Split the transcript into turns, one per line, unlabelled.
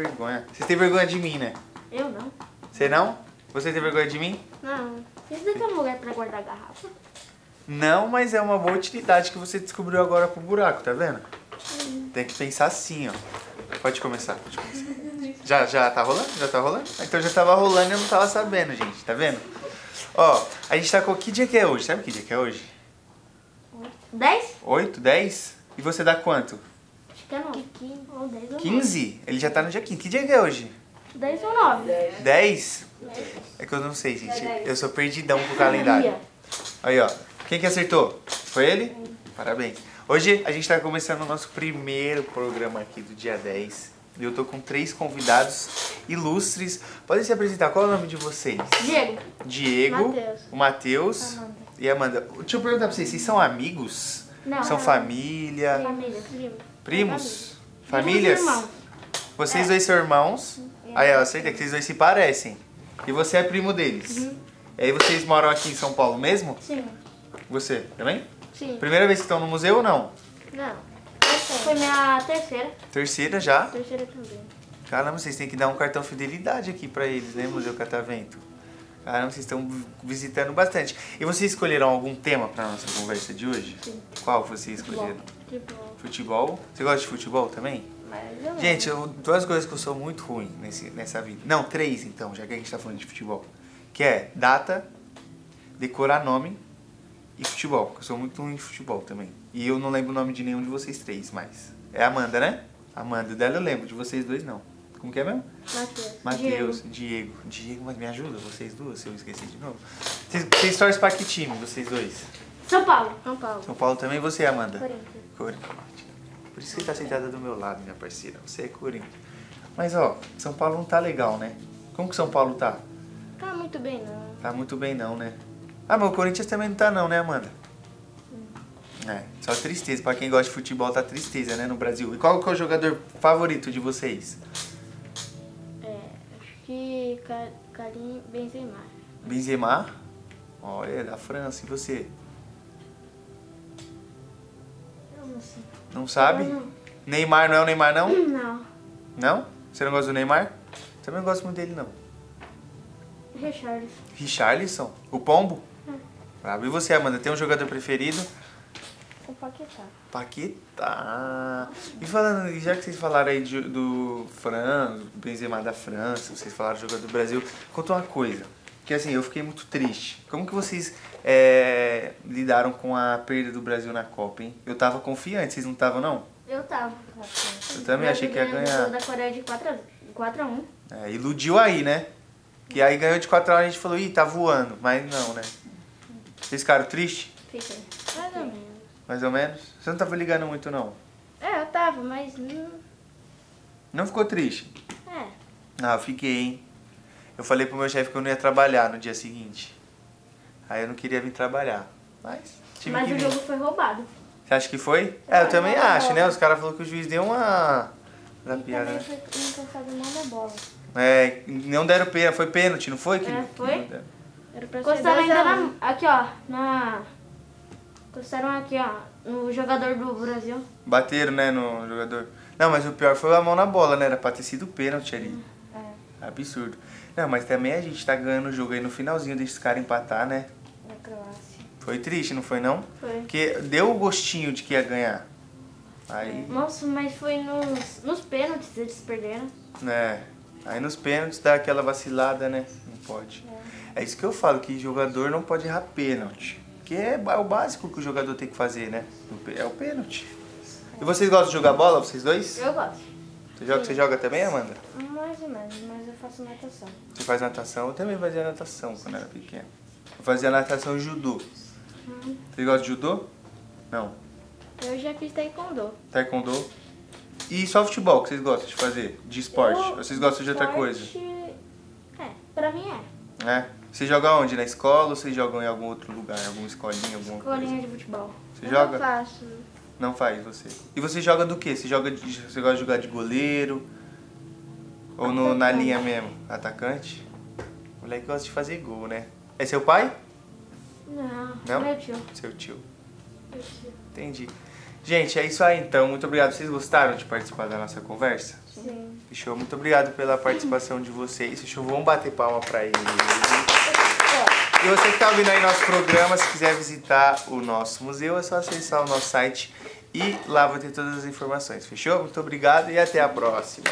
Vergonha. Vocês têm vergonha de mim, né?
Eu não.
Você não? Você tem vergonha de mim?
Não. Vocês não tem um lugar pra guardar garrafa?
Não, mas é uma boa utilidade que você descobriu agora pro buraco, tá vendo? Tem que pensar assim, ó. Pode começar, pode começar. Já, já tá rolando? Já tá rolando? Então já tava rolando e eu não tava sabendo, gente, tá vendo? Ó, a gente tá com. Que dia que é hoje? Sabe que dia que é hoje?
Dez?
8, 10? E você dá quanto?
Acho que é nove. Quinze. Ou dez ou nove.
15? Ele já tá no dia 15. Que dia que é hoje?
Dez ou nove.
10? É que eu não sei, gente. Eu sou perdidão com o calendário. Aí, ó. Quem que acertou? Foi ele? Parabéns. Hoje a gente tá começando o nosso primeiro programa aqui do dia 10. E eu tô com três convidados ilustres. Podem se apresentar. Qual é o nome de vocês?
Diego.
Diego,
Mateus.
o Matheus
Amanda.
e a Amanda. Deixa eu perguntar pra vocês, vocês são amigos?
Não.
São família?
Família. Primo.
Primos?
Família.
Famílias? Vocês dois são irmãos. Aí ela acerta que vocês dois se parecem. E você é primo deles. E aí vocês moram aqui em São Paulo mesmo?
Sim.
Você também?
Sim.
Primeira vez que estão no museu ou não?
Não. Foi minha terceira.
Terceira já?
Terceira também.
Caramba, vocês têm que dar um cartão fidelidade aqui pra eles, né, Museu Catavento? Caramba, vocês estão visitando bastante. E vocês escolheram algum tema pra nossa conversa de hoje?
Sim.
Qual vocês escolheram?
Tipo,
Futebol? Você gosta de futebol também?
mais ou menos.
Gente, eu- duas coisas que eu sou muito ruim nesse, nessa vida. Não, três então, já que a gente tá falando de futebol. Que é data, decorar nome e futebol. que Eu sou muito ruim de futebol também. E eu não lembro o nome de nenhum de vocês três mais. É a Amanda, né? Amanda dela eu lembro, de vocês dois não. Como que é mesmo?
Matheus.
Matheus, Diego. Diego. mas me ajuda, vocês duas, se eu esquecer de novo. Vocês, vocês torcem pra que time, vocês dois?
Diego. São Paulo. São Paulo.
São Paulo também, você, Amanda?
Corinthians.
Corinthians. Por isso que tá sentada do meu lado, minha parceira. Você é Corinthians. Mas ó, São Paulo não tá legal, né? Como que São Paulo tá?
Tá muito bem, não.
Tá muito bem não, né? Ah, mas o Corinthians também não tá não, né, Amanda?
Hum.
É, só tristeza. Pra quem gosta de futebol, tá tristeza, né, no Brasil. E qual que é o jogador favorito de vocês?
É, acho que Ca- Karim Benzema.
Benzema? Olha, da França. E você?
Eu não sei.
Não sabe?
Eu não.
Neymar não é o Neymar, não?
Não.
Não? Você não gosta do Neymar? Também não gosto muito dele, não.
Richarlison.
Richarlison? O Pombo? Brabo. E você, Amanda, tem um jogador preferido?
O Paquetá.
Paquetá. E falando, já que vocês falaram aí de- do Fran, do Benzema da França, vocês falaram do jogador do Brasil, conta uma coisa. Que assim, eu fiquei muito triste. Como que vocês é, lidaram com a perda do Brasil na Copa, hein? Eu tava confiante, vocês não estavam, não?
Eu tava.
Eu também achei que ia ganhar.
da Coreia de 4 a, 4 a 1.
É, iludiu aí, né? E aí ganhou de 4 horas a gente falou, ih, tá voando. Mas não, né? Vocês ficaram tristes?
Fiquei. Mais ou menos.
Mais ou menos? Você não tava ligando muito, não?
É, eu tava, mas não...
Não ficou triste?
É.
Ah, eu fiquei, hein? Eu falei pro meu chefe que eu não ia trabalhar no dia seguinte. Aí eu não queria vir trabalhar. Mas tive
mas
que
o
vir.
jogo foi roubado.
Você acha que foi? É, eu também
não,
acho,
não.
né? Os caras falaram que o juiz deu uma... Da piada, né?
foi encostado mal na bola.
É, não deram pênalti. Foi pênalti, não foi? Que,
É,
que
foi.
não deram?
Era pra ser
Encostaram
dois
ainda
a um.
na... Aqui, ó. Na... Encostaram aqui, ó. No jogador do Brasil.
Bateram, né, no jogador. Não, mas o pior foi a mão na bola, né? Era pra ter sido pênalti
Hum,
ali.
é.
Absurdo. Não, mas também a gente tá ganhando o jogo aí no finalzinho, deixa os caras empatar, né?
um.
Na Croácia.
Foi triste, não foi não?
Foi.
Porque deu o gostinho de que ia ganhar. Aí,
Nossa, mas foi nos, nos pênaltis eles perderam.
né? Aí nos pênaltis dá aquela vacilada, né? Não pode. É isso que eu falo, que jogador não pode errar pênalti. Que é ba- o básico que o jogador tem que fazer, né? O pê- É o pênalti. E vocês gostam de jogar bola, vocês dois?
Eu gosto.
Você joga, você joga também, Amanda?
Mais ou menos, mas eu faço natação.
Você faz natação? Eu também fazia natação quando era pequeno. Eu fazia natação e judô.
Uhum.
Você gosta de judô? Não.
Eu já fiz taekwondo.
Taekwondo. E só futebol que vocês gostam de fazer? De esporte?
Eu-
Ou vocês gostam de outra coisa?
Esporte- É, pra mim é.
É. Vocês jogam onde? Na escola ou vocês jogam em algum outro lugar? Em alguma escolinha, alguma
Colinha
coisa?
de futebol.
Você joga?
Eu faço.
Não faz você. E você joga do quê? Você joga de- você gosta de jogar de goleiro? Ou no- na linha mesmo? Atacante? Moleque gosta de fazer gol, né? É seu pai?
Não,
Não?
meu tio.
Seu tio.
Meu tio.
Entendi. Gente, é isso aí então. Muito obrigado. Vocês gostaram de participar da nossa conversa?
Sim.
Fechou? Muito obrigado pela participação de vocês. Fechou? Vamos bater palma pra eles. E você que tá ouvindo aí nosso programa, se quiser visitar o nosso museu, é só acessar o nosso site e lá vai ter todas as informações. Fechou? Muito obrigado e até a próxima.